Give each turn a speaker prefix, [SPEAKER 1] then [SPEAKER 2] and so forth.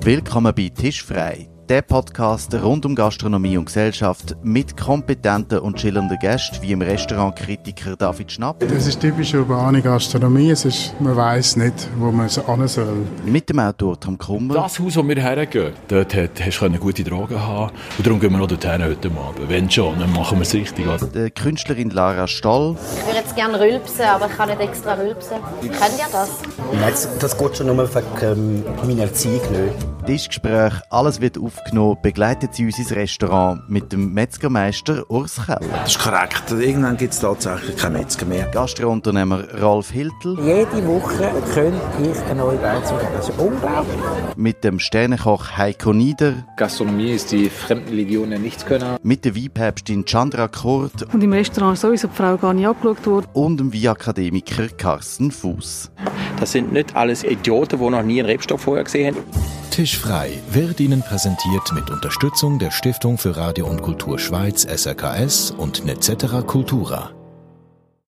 [SPEAKER 1] Willkommen bei Tischfrei, der Podcast rund um Gastronomie und Gesellschaft mit kompetenten und chillenden Gästen wie im Restaurantkritiker David Schnapp,
[SPEAKER 2] Es ist typisch urbane Gastronomie. Es ist, man weiß nicht, wo man es hin soll.
[SPEAKER 1] mit dem Autor Tom Kummer
[SPEAKER 3] Das Haus, wo wir hergehen, dort hat- hast du können gute Drogen haben. Und darum gehen wir auch dorthin heute Abend. Wenn schon, dann machen wir es richtig. oder?
[SPEAKER 1] der Künstlerin Lara Stoll
[SPEAKER 4] Ich würde jetzt gerne rülpsen, aber ich kann nicht extra rülpsen. Kennt ihr das?
[SPEAKER 5] Nein, das, das geht schon nur wegen ähm, meiner Erziehung nicht.
[SPEAKER 1] Tischgespräch, alles wird aufgenommen, begleitet sie uns ins Restaurant mit dem Metzgermeister Urs Keller,
[SPEAKER 6] Das ist korrekt. Also, Irgendwann gibt es tatsächlich kein Metzger mehr.
[SPEAKER 1] Gastrounternehmer Ralf Hiltl
[SPEAKER 7] Jede Woche könnte ich eine neue Heizung haben. Das ist unglaublich.
[SPEAKER 1] mit dem Sternekoch Heiko Nieder,
[SPEAKER 8] Gastronomie ist die Fremdenlegion der Nichtskönner.
[SPEAKER 1] mit der Weinpäpstin Chandra Kurt
[SPEAKER 9] Und im Restaurant ist sowieso die Frau gar nicht angeschaut worden.
[SPEAKER 1] und dem Weinakademiker Carsten Fuß.
[SPEAKER 8] Das sind nicht alles Idioten, die noch nie einen Rebstock vorher gesehen haben.
[SPEAKER 10] Tischfrei wird Ihnen präsentiert mit Unterstützung der Stiftung für Radio und Kultur Schweiz SRKS und Netzetera Cultura.